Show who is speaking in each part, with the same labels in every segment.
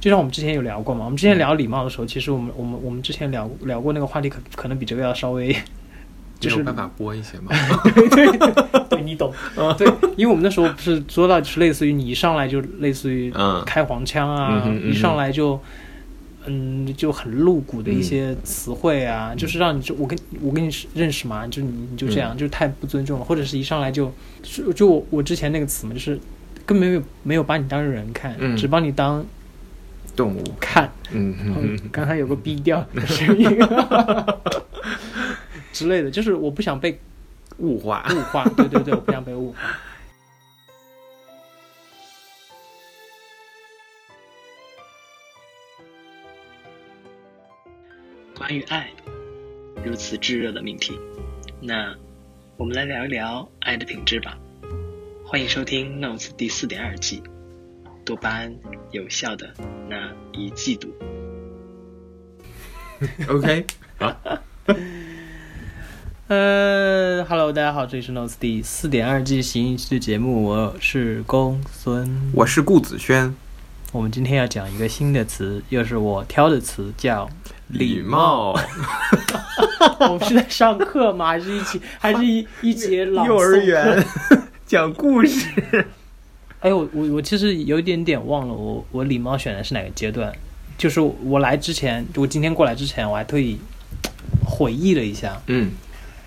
Speaker 1: 就像我们之前有聊过嘛，我们之前
Speaker 2: 嗯
Speaker 1: 聊礼貌的时候，其实我们我们我们之前聊聊过那个话题可，可能比这个要稍微，就
Speaker 2: 没
Speaker 1: 是
Speaker 2: 有办法播一些吗？
Speaker 1: 对你懂，嗯对，因为我们那时候不是说到，就是类似于你一上来就类似于
Speaker 2: 嗯
Speaker 1: 开黄腔啊
Speaker 2: 嗯，哼嗯哼嗯
Speaker 1: 一上来就。嗯，就很露骨的一些词汇啊，就是让你就我跟我跟你认识嘛，就你你就这样，
Speaker 2: 嗯
Speaker 1: 就太不尊重了，或者是一上来就就就我我之前那个词嘛，就是根本没有没有把你当人看，
Speaker 2: 嗯
Speaker 1: 只把你当
Speaker 2: 动物，
Speaker 1: 看，
Speaker 2: 嗯嗯
Speaker 1: 嗯
Speaker 2: 嗯，
Speaker 1: 刚才有个逼调的声音之类的，就是我不想被
Speaker 2: 物化。
Speaker 1: 物化，对对对，我不想被物化。
Speaker 3: 关于爱，如此炙热的命题。那我们来聊一聊爱的品质吧。欢迎收听《Notes》第四点二季，多巴胺有效的那一季度。
Speaker 2: OK，
Speaker 1: 呃，Hello，大家好，这里是 Notes 第四点二季新一期的节目，我是公孙。
Speaker 2: 我是顾子轩，
Speaker 1: 我们今天要讲一个新的词，又是我挑的词，叫
Speaker 2: 礼。貌，
Speaker 1: 我们是在上课吗？还是一 起？还是一一节朗诵？
Speaker 2: 幼儿园 讲故事。
Speaker 1: 哎，我我我其实有一点点忘了我，我礼貌选的是哪个阶段？就是我来之前，我今天过来之前，我还特意回忆了一下，
Speaker 2: 嗯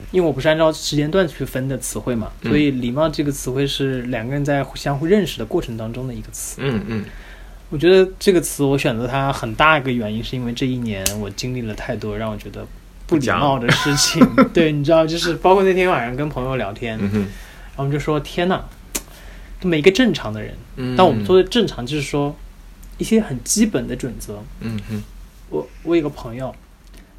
Speaker 1: 因为我不是按照时间段去分的词汇嘛，
Speaker 2: 嗯
Speaker 1: 所以礼貌这个词汇是两个人在相互认识的过程当中的一个词。
Speaker 2: 嗯嗯
Speaker 1: 我觉得这个词我选择它很大一个原因，是因为这一年我经历了太多让我觉得不礼貌的事情。 对，你知道，就是包括那天晚上跟朋友聊天，
Speaker 2: 嗯哼
Speaker 1: 然后我们就说：“天呐，这么一个正常的人。”
Speaker 2: 嗯
Speaker 1: 但我们说的正常就是说一些很基本的准则。
Speaker 2: 嗯 嗯
Speaker 1: 我我有个朋友，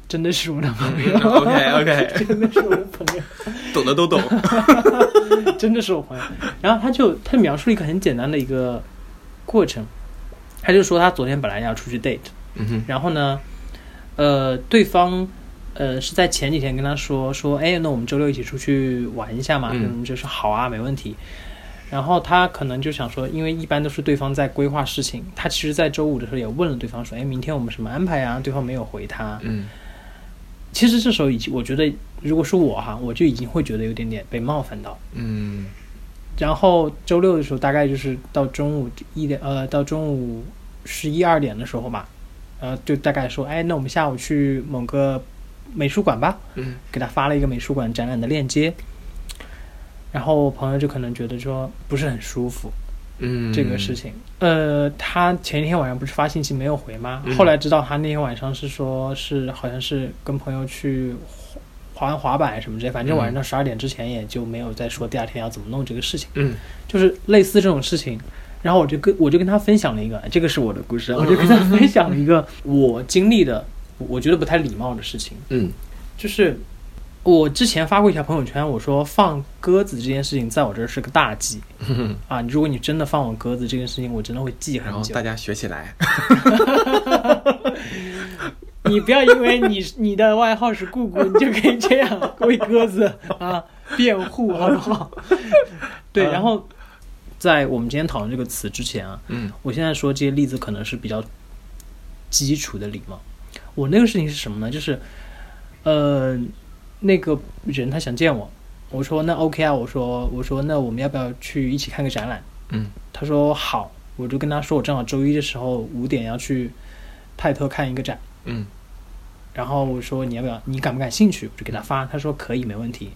Speaker 1: 真的是我的 朋
Speaker 2: 嗯
Speaker 1: 友，
Speaker 2: ，OK OK，
Speaker 1: 真的是我的朋友，
Speaker 2: 懂的都懂。
Speaker 1: 真的是我朋友。然后他就他描述了一个很简单的一个过程，他就说他昨天本来要出去 date，
Speaker 2: 嗯哼
Speaker 1: 然后呢，呃，对方。呃，是在前几天跟他说说，哎，那我们周六一起出去玩一下嘛？
Speaker 2: 嗯
Speaker 1: 就说好啊，没问题。然后他可能就想说，因为一般都是对方在规划事情，他其实，在周五的时候也问了对方说，哎，明天我们什么安排啊？对方没有回他。
Speaker 2: 嗯
Speaker 1: 其实这时候已经，我觉得如果是我哈，我就已经会觉得有点点被冒犯到。
Speaker 2: 嗯
Speaker 1: 然后周六的时候，大概就是到中午一点，呃，到中午十一二点的时候吧，呃，就大概说，哎，那我们下午去某个美术馆吧，
Speaker 2: 嗯
Speaker 1: 给他发了一个美术馆展览的链接。然后我朋友就可能觉得说不是很舒服
Speaker 2: 嗯，
Speaker 1: 这个事情，呃，他前一天晚上不是发信息没有回吗？
Speaker 2: 嗯
Speaker 1: 后来知道他那天晚上是说是好像是跟朋友去滑滑滑板什么之类，反正晚上到十二点之前也就没有再说第二天要怎么弄这个事情。
Speaker 2: 嗯，
Speaker 1: 就是类似这种事情。然后我就跟我就跟他分享了一个，这个是我的故事啊，我就跟
Speaker 2: 嗯
Speaker 1: 他分享了一个我经历的，我我觉得不太礼貌的事情，
Speaker 2: 嗯
Speaker 1: 就是我之前发过一条朋友圈，我说放鸽子这件事情在我这儿是个大忌
Speaker 2: 嗯哼，
Speaker 1: 啊，如果你真的放我鸽子这件事情，我真的会记
Speaker 2: 然
Speaker 1: 很
Speaker 2: 后
Speaker 1: 久
Speaker 2: 大。家学起来。
Speaker 1: 你不要因为你你的外号是姑姑，你就可以这样为鸽子啊辩护，好不好？ 对，然后在我们今天讨论这个词之前啊，
Speaker 2: 嗯
Speaker 1: 我现在说这些例子可能是比较基础的礼貌。我那个事情是什么呢？就是，呃，那个人他想见我，我说那 OK 啊，我说我说那我们要不要去一起看个展览？
Speaker 2: 嗯
Speaker 1: 他说好，我就跟他说我正好周一的时候五点要去泰特看一个展，
Speaker 2: 嗯
Speaker 1: 然后我说你要不要，你感不感兴趣？我就给他发，他说可以，没问题。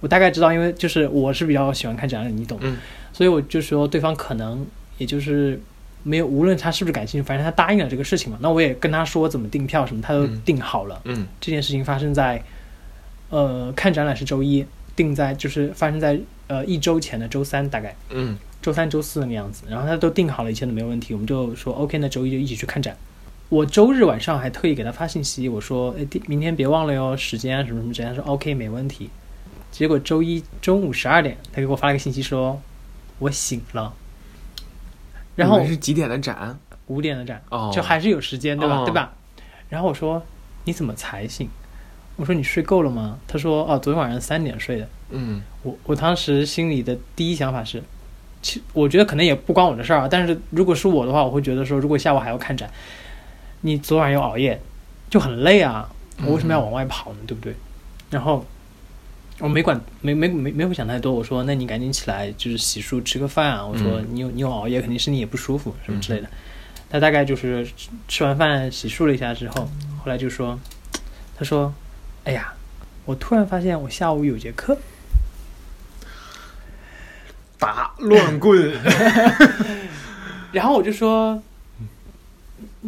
Speaker 1: 我大概知道，因为就是我是比较喜欢看展览，你懂的，
Speaker 2: 嗯
Speaker 1: 所以我就说对方可能也就是没有，无论他是不是感兴趣，反正他答应了这个事情嘛。那我也跟他说怎么订票什么，他都
Speaker 2: 嗯
Speaker 1: 订好了。
Speaker 2: 嗯
Speaker 1: 这件事情发生在，呃，看展览是周一，定在就是发生在呃一周前的周三，大概
Speaker 2: 嗯
Speaker 1: 周三、周四那个样子。然后他都定好了，一切都没问题，我们就说 OK，那周一就一起去看展。我周日晚上还特意给他发信息，我说，哎，第明天别忘了哟，时间啊什么什么之类的。他说 OK，没问题。结果周一中午十二点，他给我发了个信息说，我醒了。然
Speaker 2: 你
Speaker 1: 后
Speaker 2: 们是几点的展？
Speaker 1: 五点的展，
Speaker 2: 哦，
Speaker 1: 就还是有时间，对吧？
Speaker 2: 哦
Speaker 1: 对吧？然后我说你怎么才醒？我说你睡够了吗？他说哦，昨天晚上三点睡的。
Speaker 2: 嗯
Speaker 1: 我我当时心里的第一想法是，其我觉得可能也不关我的事儿啊，但是如果是我的话，我会觉得说，如果下午还要看展，你昨晚又熬夜，就很累啊，我为什么要往外跑呢？对不对？然后我没管，没没没没有想太多，我说那你赶紧起来，就是洗漱吃个饭啊，我说
Speaker 2: 嗯
Speaker 1: 你有你有熬夜，肯定身体也不舒服什么之类的。他大概就是吃吃完饭洗漱了一下之后，后来就说，他说，哎呀，我突然发现我下午有节课。
Speaker 2: 打乱棍，
Speaker 1: 然后我就说，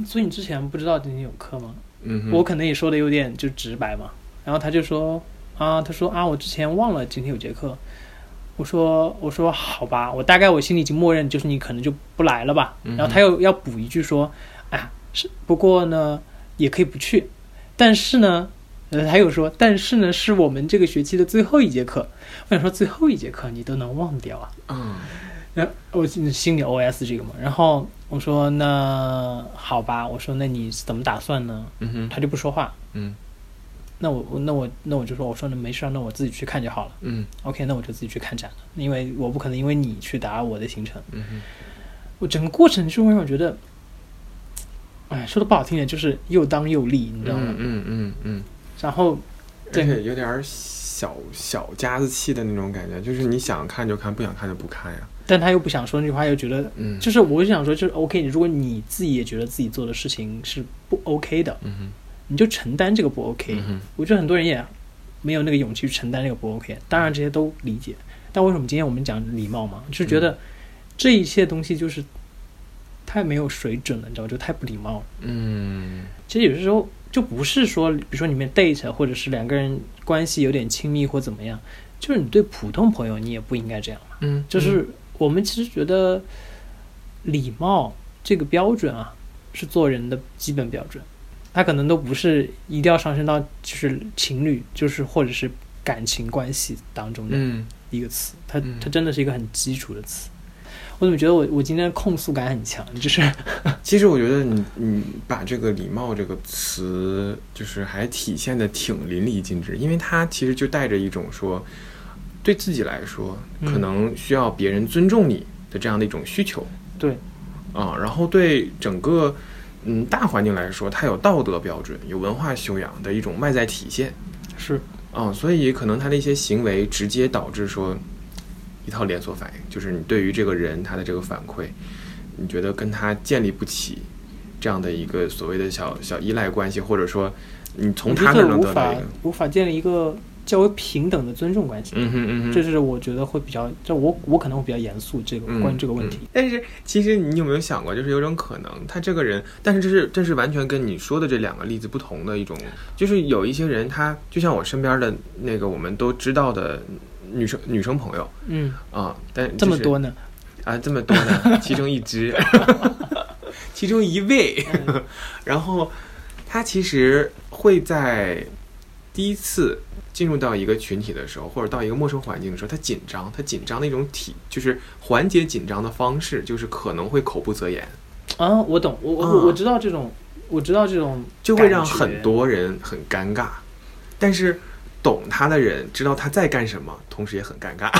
Speaker 1: 所以你之前不知道今天有课吗？
Speaker 2: 嗯哼
Speaker 1: 我可能也说的有点就直白嘛。然后他就说啊，他说啊，我之前忘了今天有节课。我说我说好吧，我大概我心里已经默认就是你可能就不来了吧。
Speaker 2: 嗯哼
Speaker 1: 然后他又要补一句说，哎呀，是不过呢也可以不去，但是呢。呃，他又说，但是呢，是我们这个学期的最后一节课。我想说，最后一节课你都能忘掉啊？
Speaker 2: 嗯
Speaker 1: 然后呃我心心里 OS 这个嘛，然后我说那好吧，我说那你怎么打算呢？
Speaker 2: 嗯哼
Speaker 1: 他就不说话。
Speaker 2: 嗯
Speaker 1: 那我我那我那我就说我说那没事啊，那我自己去看就好了。
Speaker 2: 嗯
Speaker 1: OK，那我就自己去看展了，因为我不可能因为你去打扰我的行程。
Speaker 2: 嗯哼
Speaker 1: 我整个过程就会让我觉得，哎，说的不好听点就是又当又立，你知道吗？
Speaker 2: 嗯嗯嗯嗯，
Speaker 1: 然后
Speaker 2: 而
Speaker 1: 对
Speaker 2: 且有点儿小小家子气的那种感觉，就是你想看就看，不想看就不看呀。
Speaker 1: 但他又不想说那句话，又觉得
Speaker 2: 嗯，
Speaker 1: 就是我就想说就是 OK，如果你自己也觉得自己做的事情是不 OK 的，
Speaker 2: 嗯哼
Speaker 1: 你就承担这个不 OK。
Speaker 2: 嗯哼
Speaker 1: 我觉得很多人也没有那个勇气去承担这个不 OK。当然这些都理解，但为什么今天我们讲礼貌嘛？就是觉得这一切东西就是太没有水准了，你知道吗？就太不礼貌了。
Speaker 2: 嗯
Speaker 1: 其实有些时候就不是说，比如说你们 date 或者是两个人关系有点亲密或怎么样，就是你对普通朋友你也不应该这样嘛。
Speaker 2: 嗯，
Speaker 1: 就是我们其实觉得礼貌这个标准啊，是做人的基本标准，它可能都不是一定要上升到就是情侣，就是或者是感情关系当中的
Speaker 2: 嗯
Speaker 1: 一个词，它
Speaker 2: 嗯
Speaker 1: 它真的是一个很基础的词。我怎么觉得我我今天的控诉感很强？ 就是
Speaker 2: 其实我觉得你你把这个“礼貌”这个词，就是还体现的挺淋漓尽致，因为它其实就带着一种说，对自己来说
Speaker 1: 嗯
Speaker 2: 可能需要别人尊重你的这样的一种需求
Speaker 1: 对，
Speaker 2: 啊、然后对整个嗯大环境来说，它有道德标准、有文化修养的一种外在体现
Speaker 1: 是
Speaker 2: 啊、所以可能他的一些行为直接导致说一套连锁反应，就是你对于这个人他的这个反馈，你觉得跟他建立不起这样的一个所谓的小小依赖关系，或者说你从
Speaker 1: 我
Speaker 2: 他
Speaker 1: 觉
Speaker 2: 那儿
Speaker 1: 得
Speaker 2: 能
Speaker 1: 无
Speaker 2: 得到
Speaker 1: 法
Speaker 2: 一个，
Speaker 1: 无法建立一个较为平等的尊重关系。
Speaker 2: 嗯哼嗯哼，
Speaker 1: 这是我觉得会比较，这我我可能会比较严肃这个
Speaker 2: 嗯
Speaker 1: 关于这个问题。
Speaker 2: 嗯但是其实你有没有想过，就是有种可能，他这个人，但是这是这是完全跟你说的这两个例子不同的一种，就是有一些人他就像我身边的那个我们都知道的女生女生朋友
Speaker 1: 嗯，
Speaker 2: 啊、但、就是、
Speaker 1: 这么多呢？
Speaker 2: 啊，这么多呢，其中 一只，其中一位，
Speaker 1: 嗯
Speaker 2: 然后他其实会在第一次进入到一个群体的时候，或者到一个陌生环境的时候，他紧张，他紧张的一种体就是缓解紧张的方式，就是可能会口不择言，
Speaker 1: 啊，我懂，我我、
Speaker 2: 啊
Speaker 1: 我我知道这种，我知道这种
Speaker 2: 就会让
Speaker 1: 感觉
Speaker 2: 很多人很尴尬，但是懂他的人知道他在干什么，同时也很尴尬。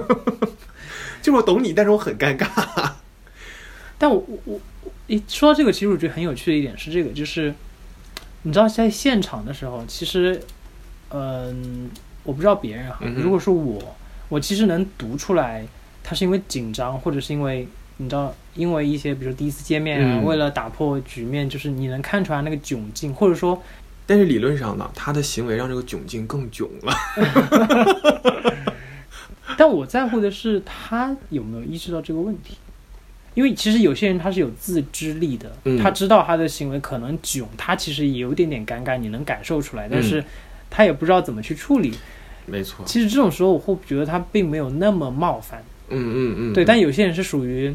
Speaker 2: 就是我懂你，但是我很尴尬。
Speaker 1: 但我我我，一说到这个，其实我觉得很有趣的一点是这个，就是你知道在现场的时候，其实，嗯、我不知道别人哈，
Speaker 2: 嗯哼
Speaker 1: 如果是我，我其实能读出来，他是因为紧张，或者是因为你知道，因为一些比如说第一次见面啊，
Speaker 2: 嗯
Speaker 1: 为了打破局面，就是你能看出来那个窘境，或者说
Speaker 2: 但是理论上呢，他的行为让这个窘境更囧了。
Speaker 1: 但我在乎的是他有没有意识到这个问题，因为其实有些人他是有自知力的，
Speaker 2: 嗯
Speaker 1: 他知道他的行为可能囧，他其实也有一点点尴尬，你能感受出来，但
Speaker 2: 嗯
Speaker 1: 是他也不知道怎么去处理。
Speaker 2: 没错，
Speaker 1: 其实这种时候，我会觉得他并没有那么冒犯，
Speaker 2: 嗯嗯嗯，
Speaker 1: 对。
Speaker 2: 嗯
Speaker 1: 但有些人是属于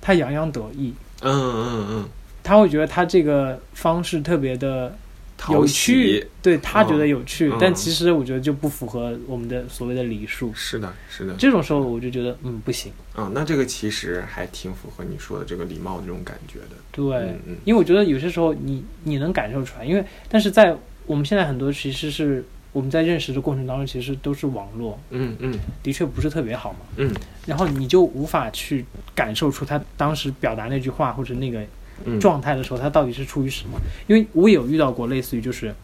Speaker 1: 他洋洋得意，
Speaker 2: 嗯嗯嗯，
Speaker 1: 他会觉得他这个方式特别的
Speaker 2: 讨
Speaker 1: 有
Speaker 2: 喜
Speaker 1: 趣，对他觉得有趣，
Speaker 2: 嗯
Speaker 1: 但其实我觉得就不符合我们的所谓的礼数。
Speaker 2: 是的，是的，
Speaker 1: 这种时候我就觉得，嗯，不行，
Speaker 2: 啊，那这个其实还挺符合你说的这个礼貌的这种感觉的，
Speaker 1: 对。
Speaker 2: 嗯嗯
Speaker 1: 因为我觉得有些时候你你能感受出来，因为但是在我们现在很多其实是我们在认识的过程当中，其实都是网络，
Speaker 2: 嗯嗯
Speaker 1: 的确不是特别好嘛。
Speaker 2: 嗯
Speaker 1: 然后你就无法去感受出他当时表达那句话或者那个
Speaker 2: 嗯，
Speaker 1: 状态的时候，他到底是出于什么？因为我有遇到过类似于就是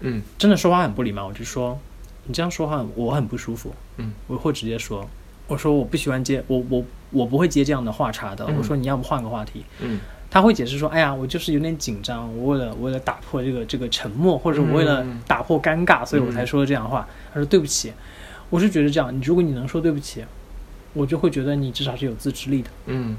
Speaker 2: 嗯
Speaker 1: 真的说话很不礼貌，我就说你这样说话我很不舒服，
Speaker 2: 嗯，
Speaker 1: 我会直接说，我说我不喜欢接我我我不会接这样的话茬的，
Speaker 2: 嗯
Speaker 1: 我说你要不换个话题。
Speaker 2: 嗯，
Speaker 1: 他会解释说：“哎呀，我就是有点紧张，我为了为了打破这个这个沉默，或者我为了
Speaker 2: 嗯
Speaker 1: 打破尴尬，所以我才说了这样的话。他说：“对不起。”我是觉得这样，你如果你能说对不起，我就会觉得你至少是有自制力的。
Speaker 2: 嗯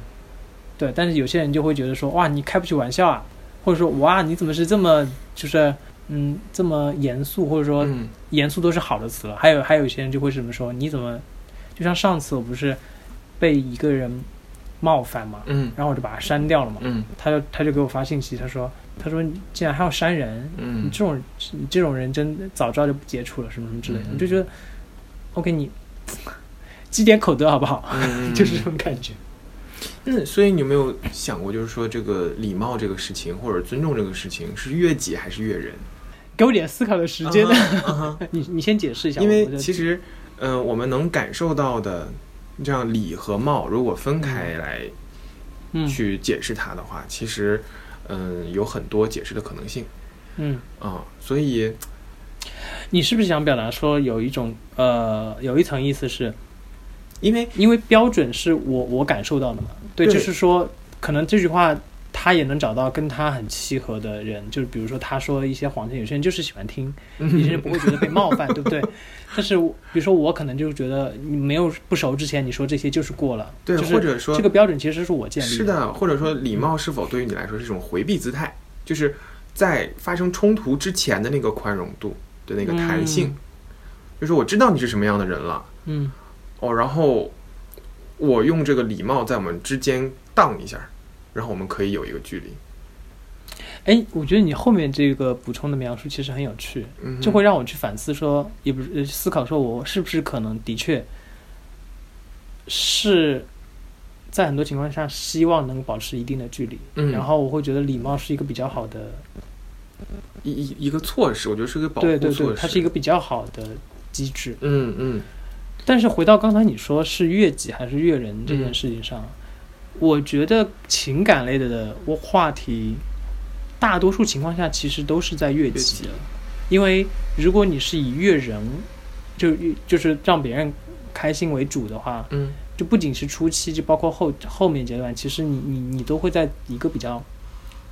Speaker 1: 对，但是有些人就会觉得说：“哇，你开不起玩笑啊！”或者说：“哇，你怎么是这么就是嗯这么严肃？”或者说
Speaker 2: 嗯
Speaker 1: 严肃都是好的词了。还有还有一些人就会怎么说：“你怎么就像上次我不是被一个人冒犯嘛，
Speaker 2: 嗯
Speaker 1: 然后我就把他删掉了嘛。”
Speaker 2: 嗯
Speaker 1: 他就他就给我发信息，他说他说你竟然还要删人，你
Speaker 2: 嗯
Speaker 1: 这种你这种人真早知道就不接触了，什么什么之类的，
Speaker 2: 嗯
Speaker 1: 你就觉得，OK 你积点口德好不好？
Speaker 2: 嗯，
Speaker 1: 就是这种感觉。
Speaker 2: 嗯，所以你有没有想过，就是说这个礼貌这个事情，或者尊重这个事情，是悦己还是悦人？
Speaker 1: 给我点思考的时间，
Speaker 2: 嗯哼嗯哼
Speaker 1: 你你先解释一下，
Speaker 2: 因
Speaker 1: 我
Speaker 2: 为
Speaker 1: 觉得
Speaker 2: 其实，嗯、我们能感受到的，这样礼和貌如果分开来
Speaker 1: 嗯
Speaker 2: 去解释它的话，其实，嗯、有很多解释的可能性
Speaker 1: 嗯，
Speaker 2: 啊、所以，
Speaker 1: 你是不是想表达说有一种呃有一层意思是
Speaker 2: 因为
Speaker 1: 因为标准是我我感受到的嘛？对，
Speaker 2: 对
Speaker 1: 就是说可能这句话。他也能找到跟他很契合的人，就是比如说他说一些谎言，有些人就是喜欢听，
Speaker 2: 嗯
Speaker 1: 有些人不会觉得被冒犯， 对不对？但是我比如说我可能就是觉得你没有不熟之前你说这些就是过了，
Speaker 2: 对，
Speaker 1: 就是
Speaker 2: 或者说
Speaker 1: 这个标准其实是我建立嗯
Speaker 2: 是，的，或者说礼貌是否对于你来说是一种回避姿态，就是在发生冲突之前的那个宽容度的那个弹性，就是我知道你是什么样的人了
Speaker 1: 嗯
Speaker 2: 哦，然后我用这个礼貌在我们之间荡一下，然后我们可以有一个距离，
Speaker 1: 哎，我觉得你后面这个补充的描述其实很有趣，
Speaker 2: 嗯哼，
Speaker 1: 就会让我去反思说，也不是呃思考说我是不是可能的确是在很多情况下希望能保持一定的距离，
Speaker 2: 嗯，
Speaker 1: 然后我会觉得礼貌是一个比较好的，
Speaker 2: 一一一个措施，我觉得是个保护
Speaker 1: 对
Speaker 2: 措施，
Speaker 1: 对对，它是一个比较好的机制。
Speaker 2: 嗯嗯
Speaker 1: 但是回到刚才你说是悦己还是悦人这件事情上，我觉得情感类的的话题，大多数情况下其实都是在悦己的，因为如果你是以悦人，就就是让别人开心为主的话，
Speaker 2: 嗯
Speaker 1: 就不仅是初期，就包括后后面阶段，其实你你你都会在一个比较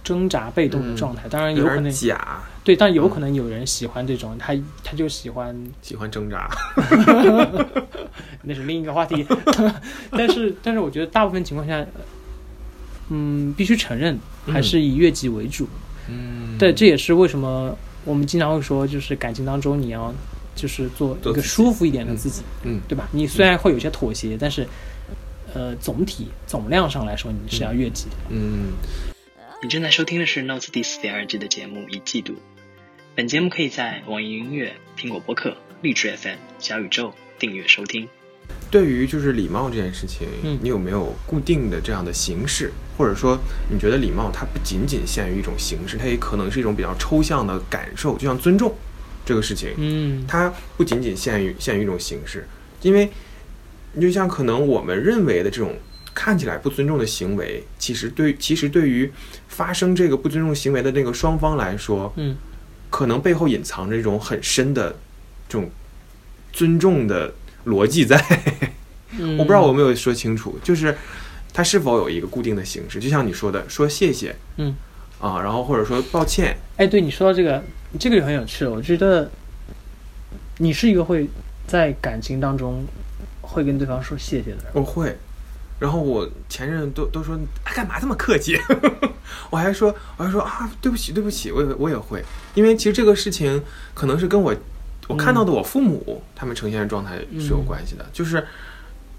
Speaker 1: 挣扎被动的
Speaker 2: 嗯
Speaker 1: 状态。当然
Speaker 2: 有
Speaker 1: 有可
Speaker 2: 点
Speaker 1: 能
Speaker 2: 假，
Speaker 1: 对，但有可能有人喜欢这种，他他就喜欢
Speaker 2: 喜欢挣扎，
Speaker 1: 那是另一个话题。 但是，但是我觉得大部分情况下，呃嗯，必须承认还是以悦己为主。
Speaker 2: 嗯
Speaker 1: 对，这也是为什么我们经常会说，就是感情当中你要就是做一
Speaker 2: 做
Speaker 1: 个
Speaker 2: 自己
Speaker 1: 舒服一点的自己，
Speaker 2: 嗯
Speaker 1: 对吧？你虽然会有些妥协，但是呃，总体总量上来说，你是要悦己的。
Speaker 2: 嗯
Speaker 3: 你正在收听的是《Notes》第四点二季的节目《一季度》。本节目可以在网易云音乐、苹果播客、荔枝 FM、小宇宙订阅收听。
Speaker 2: 对于就是礼貌这件事情，
Speaker 1: 嗯
Speaker 2: 你有没有固定的这样的形式，或者说你觉得礼貌它不仅仅限于一种形式，它也可能是一种比较抽象的感受，就像尊重这个事情，
Speaker 1: 嗯
Speaker 2: 它不仅仅限于限于一种形式，因为你就像可能我们认为的这种看起来不尊重的行为，其实对其实对于发生这个不尊重行为的那个双方来说，
Speaker 1: 嗯
Speaker 2: 可能背后隐藏着一种很深的这种尊重的逻辑在。
Speaker 1: 嗯，
Speaker 2: 我不知道我有没有说清楚，就是它是否有一个固定的形式，就像你说的，说谢谢
Speaker 1: 嗯。
Speaker 2: 啊，然后或者说抱歉，
Speaker 1: 哎，对你说到这个，这个就很有趣了。我觉得你是一个会在感情当中会跟对方说谢谢的人。
Speaker 2: 我哦会。然后我前任都都说、啊、干嘛这么客气， 我还说我还说啊对不起对不起，我也我也会，因为其实这个事情可能是跟我我看到的我父母、他们呈现的状态是有关系的，就是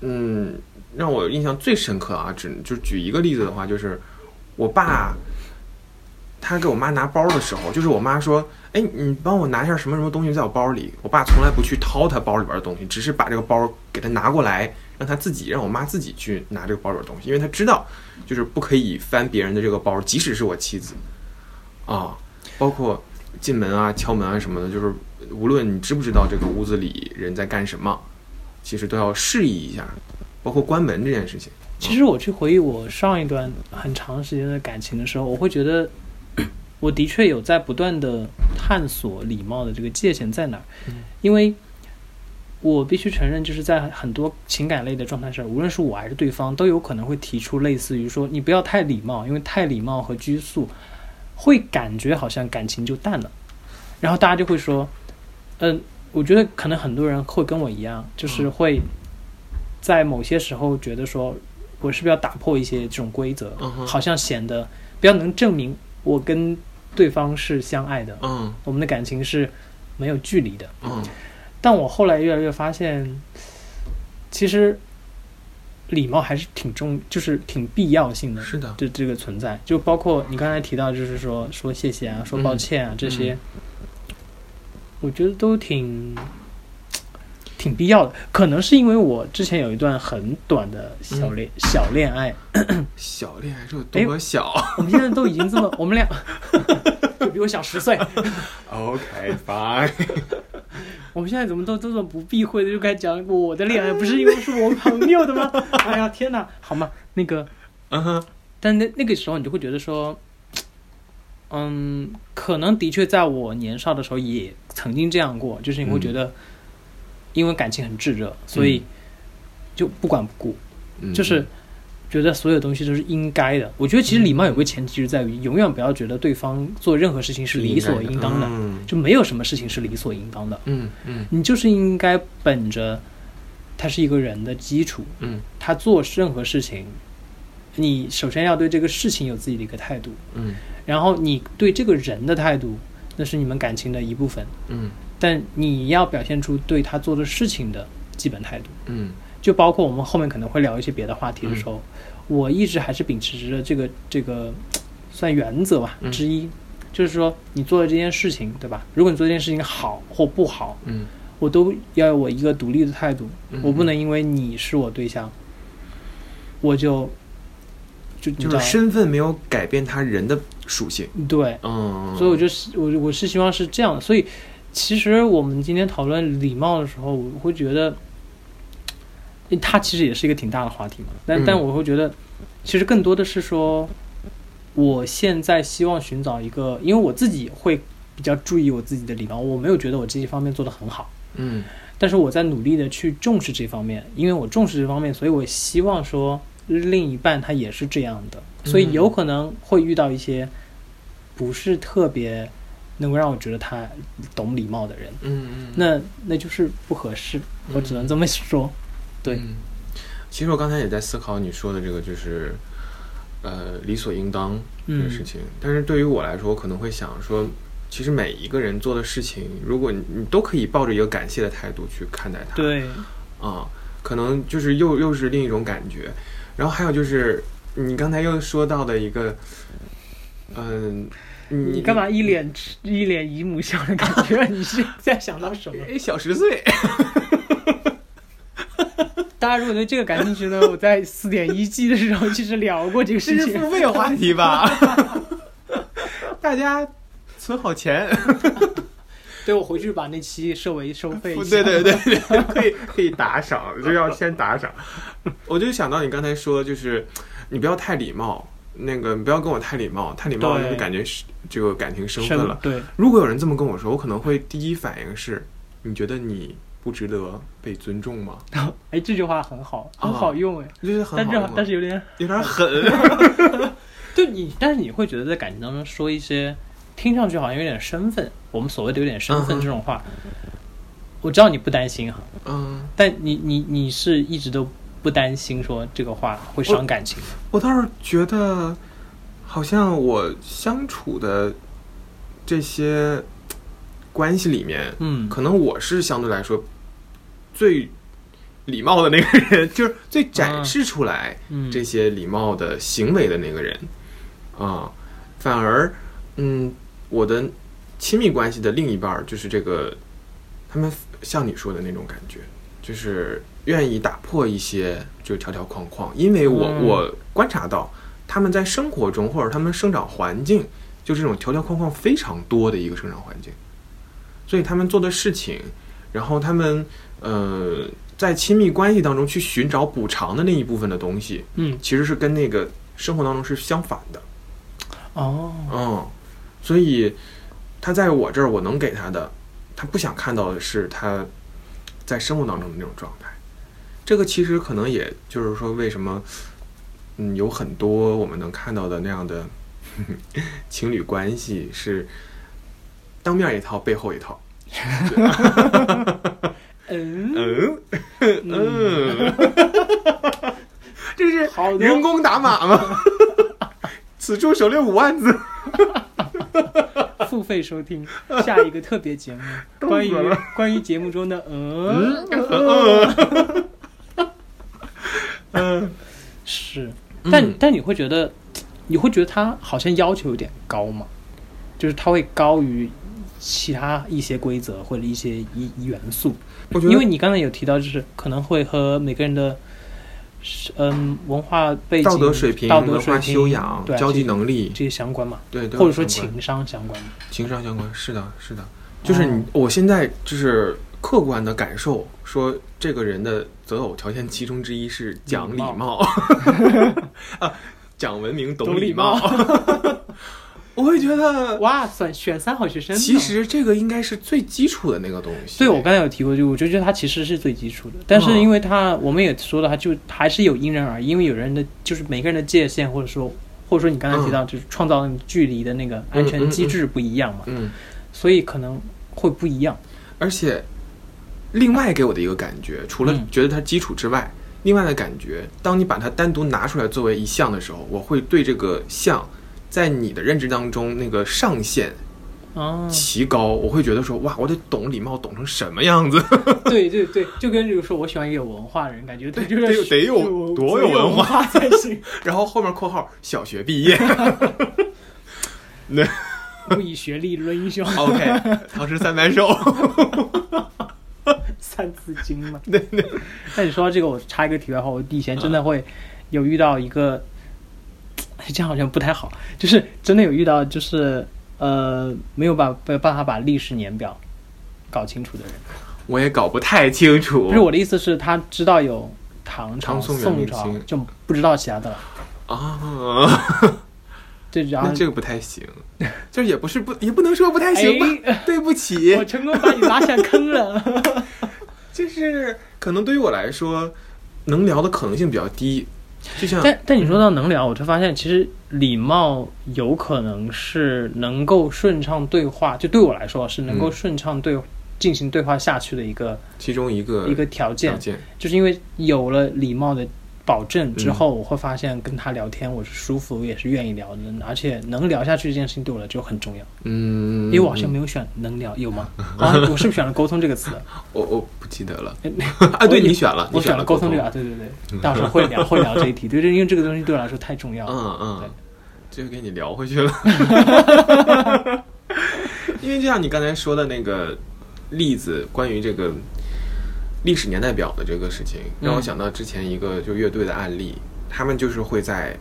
Speaker 2: 嗯让我印象最深刻啊，只就举一个例子的话，就是我爸他给我妈拿包的时候，就是我妈说：“哎，你帮我拿一下什么什么东西在我包里。”我爸从来不去掏他包里边的东西，只是把这个包给他拿过来，让他自己让我妈自己去拿这个包里边的东西，因为他知道就是不可以翻别人的这个包，即使是我妻子啊，包括进门啊、敲门啊什么的，就是无论你知不知道这个屋子里人在干什么，其实都要示意一下，包括关门这件事情。
Speaker 1: 其实我去回忆我上一段很长时间的感情的时候，我会觉得，我的确有在不断的探索礼貌的这个界限在哪儿
Speaker 2: 嗯，
Speaker 1: 因为我必须承认，就是在很多情感类的状态下，无论是我还是对方，都有可能会提出类似于说你不要太礼貌，因为太礼貌和拘束会感觉好像感情就淡了，然后大家就会说，嗯、我觉得可能很多人会跟我一样，就是会在某些时候觉得说，我是不是要打破一些这种规则，
Speaker 2: 嗯哼
Speaker 1: 好像显得比较能证明我跟对方是相爱的，
Speaker 2: 嗯
Speaker 1: 我们的感情是没有距离的。
Speaker 2: 嗯
Speaker 1: 但我后来越来越发现，其实礼貌还是挺重，就是挺必要性的。
Speaker 2: 是的
Speaker 1: 这这个存在，就包括你刚才提到，就是说说谢谢
Speaker 2: 嗯
Speaker 1: 啊，说抱歉啊、这些，我觉得都挺挺必要的。可能是因为我之前有一段很短的小恋、
Speaker 2: 嗯
Speaker 1: 小恋爱，啊
Speaker 2: 小恋爱是有多小、啊
Speaker 1: 我们现在都已经这么，我们俩 就比我小十岁，
Speaker 2: o k fine。
Speaker 1: 我们现在怎么都这么不避讳的就该讲我的恋爱，不是因为是我朋友的吗？ 哎呀，天哪，好嘛，那个，
Speaker 2: 嗯哼，
Speaker 1: 但那那个时候你就会觉得说，嗯，可能的确在我年少的时候也曾经这样过，就是你会觉得，因为感情很炙热，所以就不管不顾，
Speaker 2: 嗯
Speaker 1: 就是觉得所有东西都是应该的。我觉得其实礼貌有个前提就是在于，永远不要觉得对方做任何事情是理所应当的，
Speaker 2: 嗯
Speaker 1: 就没有什么事情是理所应当的。
Speaker 2: 嗯嗯
Speaker 1: 你就是应该本着他是一个人的基础，
Speaker 2: 嗯
Speaker 1: 他做任何事情，你首先要对这个事情有自己的一个态度，
Speaker 2: 嗯
Speaker 1: 然后你对这个人的态度，那是你们感情的一部分，
Speaker 2: 嗯
Speaker 1: 但你要表现出对他做的事情的基本态度。
Speaker 2: 嗯
Speaker 1: 就包括我们后面可能会聊一些别的话题的时候，我一直还是秉持着这个这个算原则吧
Speaker 2: 嗯
Speaker 1: 之一，就是说你做的这件事情，对吧？如果你做这件事情好或不好，
Speaker 2: 嗯
Speaker 1: 我都要有我一个独立的态度，
Speaker 2: 嗯
Speaker 1: 我不能因为你是我对象，我就就
Speaker 2: 就是
Speaker 1: 是
Speaker 2: 身份没有改变他人的属性。
Speaker 1: 对，
Speaker 2: 嗯，
Speaker 1: 所以我就是我我是希望是这样的。所以其实我们今天讨论礼貌的时候，我会觉得，因为它其实也是一个挺大的话题嘛。但、
Speaker 2: 嗯
Speaker 1: 但我会觉得，其实更多的是说，我现在希望寻找一个，因为我自己会比较注意我自己的礼貌，我没有觉得我这些方面做得很好。
Speaker 2: 嗯
Speaker 1: 但是我在努力的去重视这方面，因为我重视这方面，所以我希望说另一半他也是这样的，所以有可能会遇到一些不是特别能够让我觉得他懂礼貌的人，
Speaker 2: 嗯嗯，
Speaker 1: 那那就是不合适，我只能这么说。对
Speaker 2: 嗯其实我刚才也在思考你说的这个，就是呃理所应当这
Speaker 1: 嗯
Speaker 2: 个事情。但是对于我来说，我可能会想说，其实每一个人做的事情，如果你你都可以抱着一个感谢的态度去看待它，
Speaker 1: 对，
Speaker 2: 啊、可能就是又又是另一种感觉。然后还有就是你刚才又说到的一个，嗯、你
Speaker 1: 你干？嘛一脸一脸姨母笑的感觉？你是在想到什么？
Speaker 2: 哎，小十岁，
Speaker 1: 大家如果对这个感兴趣呢，我在四点一季的时候其实聊过这个
Speaker 2: 这
Speaker 1: 事
Speaker 2: 是
Speaker 1: 情。
Speaker 2: 付费话题吧？ 大家存好钱。
Speaker 1: 对，我回去把那期设为收费一
Speaker 2: 不
Speaker 1: 下。
Speaker 2: 对对对对，可以可以打赏，就要先打赏。我就想到你刚才说，就是你不要太礼貌，那个你不要跟我太礼貌，太礼貌
Speaker 1: 对
Speaker 2: 就感觉是这个感情生分
Speaker 1: 深
Speaker 2: 了。
Speaker 1: 对，
Speaker 2: 如果有人这么跟我说，我可能会第一反应是，你觉得你不值得被尊重吗？
Speaker 1: 哎，这句话很好，
Speaker 2: 啊
Speaker 1: 很好用哎，
Speaker 2: 我觉得很
Speaker 1: 但
Speaker 2: 好
Speaker 1: 这
Speaker 2: 用
Speaker 1: 好
Speaker 2: 啊，
Speaker 1: 但是有点，
Speaker 2: 有点狠。
Speaker 1: 对你，但是你会觉得在感情当中说一些听上去好像有点身份，我们所谓的有点身
Speaker 2: 嗯
Speaker 1: 份
Speaker 2: 哼
Speaker 1: 这种话，我知道你不担心哈，
Speaker 2: 嗯，
Speaker 1: 但你你你是一直都不担心说这个话会伤感情，
Speaker 2: 我倒是觉得，好像我相处的这些关系里面，
Speaker 1: 嗯，
Speaker 2: 可能我是相对来说最礼貌的那个人， 就是最展示出来
Speaker 1: 嗯
Speaker 2: 这些礼貌的行为的那个人啊、反而，嗯，我的亲密关系的另一半儿就是这个，他们像你说的那种感觉，就是愿意打破一些就条条框框，因为我、
Speaker 1: 嗯
Speaker 2: 我观察到他们在生活中或者他们生长环境，就这种条条框框非常多的一个生长环境。所以他们做的事情，然后他们呃在亲密关系当中去寻找补偿的那一部分的东西，
Speaker 1: 嗯，
Speaker 2: 其实是跟那个生活当中是相反的。
Speaker 1: 哦，
Speaker 2: 嗯，所以他在我这儿，我能给他的，他不想看到的是他在生活当中的那种状态。这个其实可能也就是说，为什么嗯有很多我们能看到的那样的 情侣关系是当面一套，背后一套。
Speaker 1: 嗯，
Speaker 2: 嗯嗯， 这是
Speaker 1: 好多
Speaker 2: 人工打码吗？ 此处省略五万字。
Speaker 1: 付费收 听下一个特别节目，关于
Speaker 2: 冻死了
Speaker 1: 关于节目中的嗯，
Speaker 2: 呃 嗯，
Speaker 1: 是，但、但你会觉得，你会觉得他好像要求有点高吗？就是他会高于其他一些规则或者一些一一元素，
Speaker 2: 我觉得
Speaker 1: 因为你刚才有提到，就是可能会和每个人的。是嗯，文化背景、
Speaker 2: 道德水平、
Speaker 1: 道德
Speaker 2: 文
Speaker 1: 水
Speaker 2: 化
Speaker 1: 平
Speaker 2: 修养、
Speaker 1: 对啊
Speaker 2: 交际
Speaker 1: 这
Speaker 2: 能力
Speaker 1: 这，些相关嘛，
Speaker 2: 对，都有
Speaker 1: 或者说
Speaker 2: 相关
Speaker 1: 情商相关嘛。
Speaker 2: 情商相关，是的，是的，就是
Speaker 1: 哦
Speaker 2: 你，我现在就是客观的感受，说这个人的择偶条件其中之一是讲礼
Speaker 1: 礼
Speaker 2: 貌， 啊，讲文明，懂
Speaker 1: 懂
Speaker 2: 礼
Speaker 1: 礼貌，
Speaker 2: 我会觉 得，
Speaker 1: 哇，选选三好学生呢，
Speaker 2: 其实这个应该是最基础的那个东西。
Speaker 1: 对，我刚才有提过，就我就觉得它其实是最基础的，但是
Speaker 2: 嗯
Speaker 1: 因为它、我们也说了，它就还是有因人而异，因为有人的就是每个人的界限，或者说或者说你刚才提
Speaker 2: 嗯
Speaker 1: 到就是创造那个距离的那个安全机制不一样嘛，
Speaker 2: 嗯，
Speaker 1: 所以可能会不一样。
Speaker 2: 而且，另外给我的一个感觉，除了
Speaker 1: 嗯
Speaker 2: 觉得它基础之外，另外的感觉，当你把它单独拿出来作为一项的时候，我会对这个项在你的认知当中那个上限
Speaker 1: 啊，
Speaker 2: 奇高，我会觉得说哇，我得懂礼貌懂成什么样子，
Speaker 1: 对对对，就跟比如说我喜欢一个有文化的人，感觉他
Speaker 2: 对
Speaker 1: 就是
Speaker 2: 得有得有多有
Speaker 1: 有
Speaker 2: 文化
Speaker 1: 化才行，
Speaker 2: 然后后面括号小学毕业
Speaker 1: 不以学历论英雄，
Speaker 2: ，OK，唐诗三百首，
Speaker 1: 三字经嘛。
Speaker 2: 对对，
Speaker 1: 那你说到这个，我插一个题外话，我以前
Speaker 2: 嗯
Speaker 1: 真的会有遇到一个，哎这样好像不太好，就是真的有遇到就是呃没有把没有办法把历史年表搞清楚的人。
Speaker 2: 我也搞不太清楚，
Speaker 1: 不是我的意思是，他知道有唐朝、
Speaker 2: 哦唐宋元
Speaker 1: 宋
Speaker 2: 明
Speaker 1: 朝
Speaker 2: 清，
Speaker 1: 就不知道其他的了。
Speaker 2: 啊，
Speaker 1: 对，然后
Speaker 2: 那这个不太行， 就是也不是不也不能说不太行吧，
Speaker 1: 哎
Speaker 2: 对不起，
Speaker 1: 我成功把你拉下坑 了。
Speaker 2: 就是可能对于我来说，能聊的可能性比较低。就像
Speaker 1: 但但你说到能聊，我就发现其实礼貌有可能是能够顺畅对话，就对我来说是能够
Speaker 2: 嗯
Speaker 1: 顺畅对、进行对话下去的一个
Speaker 2: 其中一个
Speaker 1: 一个条件
Speaker 2: 条，件，
Speaker 1: 就是因为有了礼貌的保证之
Speaker 2: 嗯
Speaker 1: 后，我会发现跟他聊天我是舒服，我也是愿意聊的，而且能聊下去这件事情对我来说很重要。
Speaker 2: 嗯，
Speaker 1: 因为我好像没有选能聊，有吗？ 啊，我是不是选了沟通这个词？
Speaker 2: 我我不记得 了
Speaker 1: 哎
Speaker 2: 啊，对
Speaker 1: 我
Speaker 2: 你选了，
Speaker 1: 我
Speaker 2: 你选
Speaker 1: 选了沟
Speaker 2: 沟
Speaker 1: 通这个，啊，对对对，到时候会聊会聊这一 题，对，因为这个东西对我来说太重要了。
Speaker 2: 嗯嗯，这就给你聊回去了。 因为就像你刚才说的那个例子，关于这个历史年代表的这个事情，让我
Speaker 1: 嗯
Speaker 2: 想到之前一个就乐队的案例，他们就是会在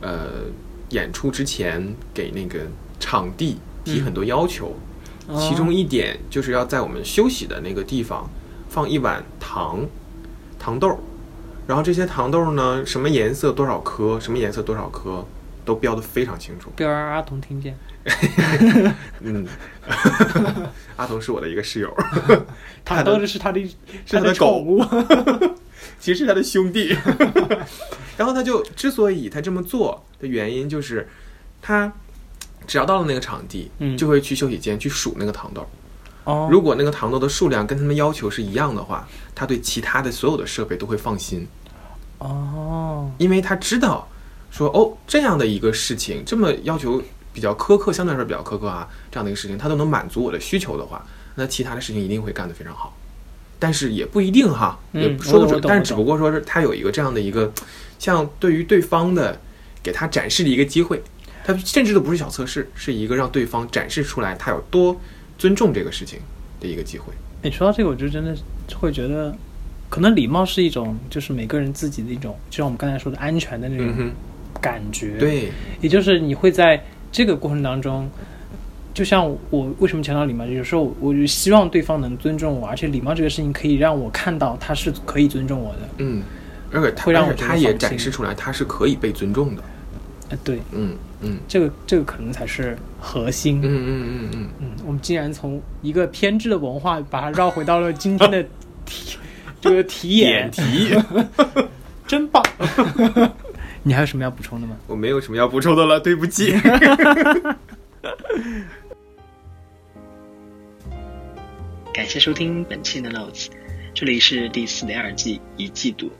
Speaker 2: 呃演出之前给那个场地提很多要求，
Speaker 1: 哦
Speaker 2: 其中一点就是要在我们休息的那个地方放一碗糖，糖豆儿，然后这些糖豆儿呢，什么颜色多少颗，什么颜色多少颗，都标的非常清楚。
Speaker 1: 不要让阿童听见。
Speaker 2: 嗯， 阿童是我的一个室友，
Speaker 1: 他
Speaker 2: 的
Speaker 1: 都是他的
Speaker 2: 是他的
Speaker 1: 宠 物，
Speaker 2: 其实是他的兄弟。 然后他就之所以他这么做的原因，就是他只要到了那个场地，
Speaker 1: 嗯
Speaker 2: 就会去休息间去数那个糖豆儿。
Speaker 1: 哦
Speaker 2: 如果那个糖豆的数量跟他们要求是一样的话，他对其他的所有的设备都会放心，
Speaker 1: 哦，
Speaker 2: 因为他知道说哦这样的一个事情，这么要求比较苛刻，相对来说比较苛刻啊，这样的一个事情，他都能满足我的需求的话，那其他的事情一定会干得非常好。但是也不一定哈，
Speaker 1: 嗯
Speaker 2: 也不说不
Speaker 1: 我懂
Speaker 2: 准，
Speaker 1: 我懂
Speaker 2: 但是只不过说是他有一个这样的一个，像对于对方的给他展示的一个机会，他甚至都不是小测试，是一个让对方展示出来他有多尊重这个事情的一个机会。
Speaker 1: 你说到这个，我就真的会觉得，可能礼貌是一种，就是每个人自己的一种，就像我们刚才说的安全的那
Speaker 2: 嗯
Speaker 1: 种
Speaker 2: 哼，
Speaker 1: 感觉。，
Speaker 2: 对，
Speaker 1: 也就是你会在这个过程当中，就像我为什么强调礼貌，有时候我就希望对方能尊重我，而且礼貌这个事情可以让我看到他是可以尊重我的。
Speaker 2: 嗯，而且他
Speaker 1: 会让
Speaker 2: 而
Speaker 1: 我
Speaker 2: 且
Speaker 1: 觉得
Speaker 2: 他也
Speaker 1: 放
Speaker 2: 展
Speaker 1: 心
Speaker 2: 示出来他是可以被尊重的。
Speaker 1: 呃，对，
Speaker 2: 嗯嗯
Speaker 1: 这个这个可能才是核心。
Speaker 2: 嗯嗯嗯嗯
Speaker 1: 嗯，我们竟然从一个偏执的文化把它绕回到了今天的 题，这个题
Speaker 2: 嗯，
Speaker 1: 眼
Speaker 2: 点，题，
Speaker 1: 真棒。 你还有什么要补充的吗？
Speaker 2: 我没有什么要补充的了，对不起。
Speaker 3: 感谢收听本期的 Notes，这里是第四点二季一季度。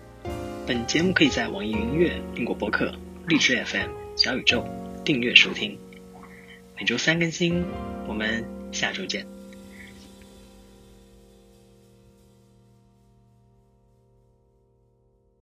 Speaker 3: 本节目可以在网易云音乐、苹果播客、荔枝 FM、小宇宙订阅收听，每周三更新。我们下周见。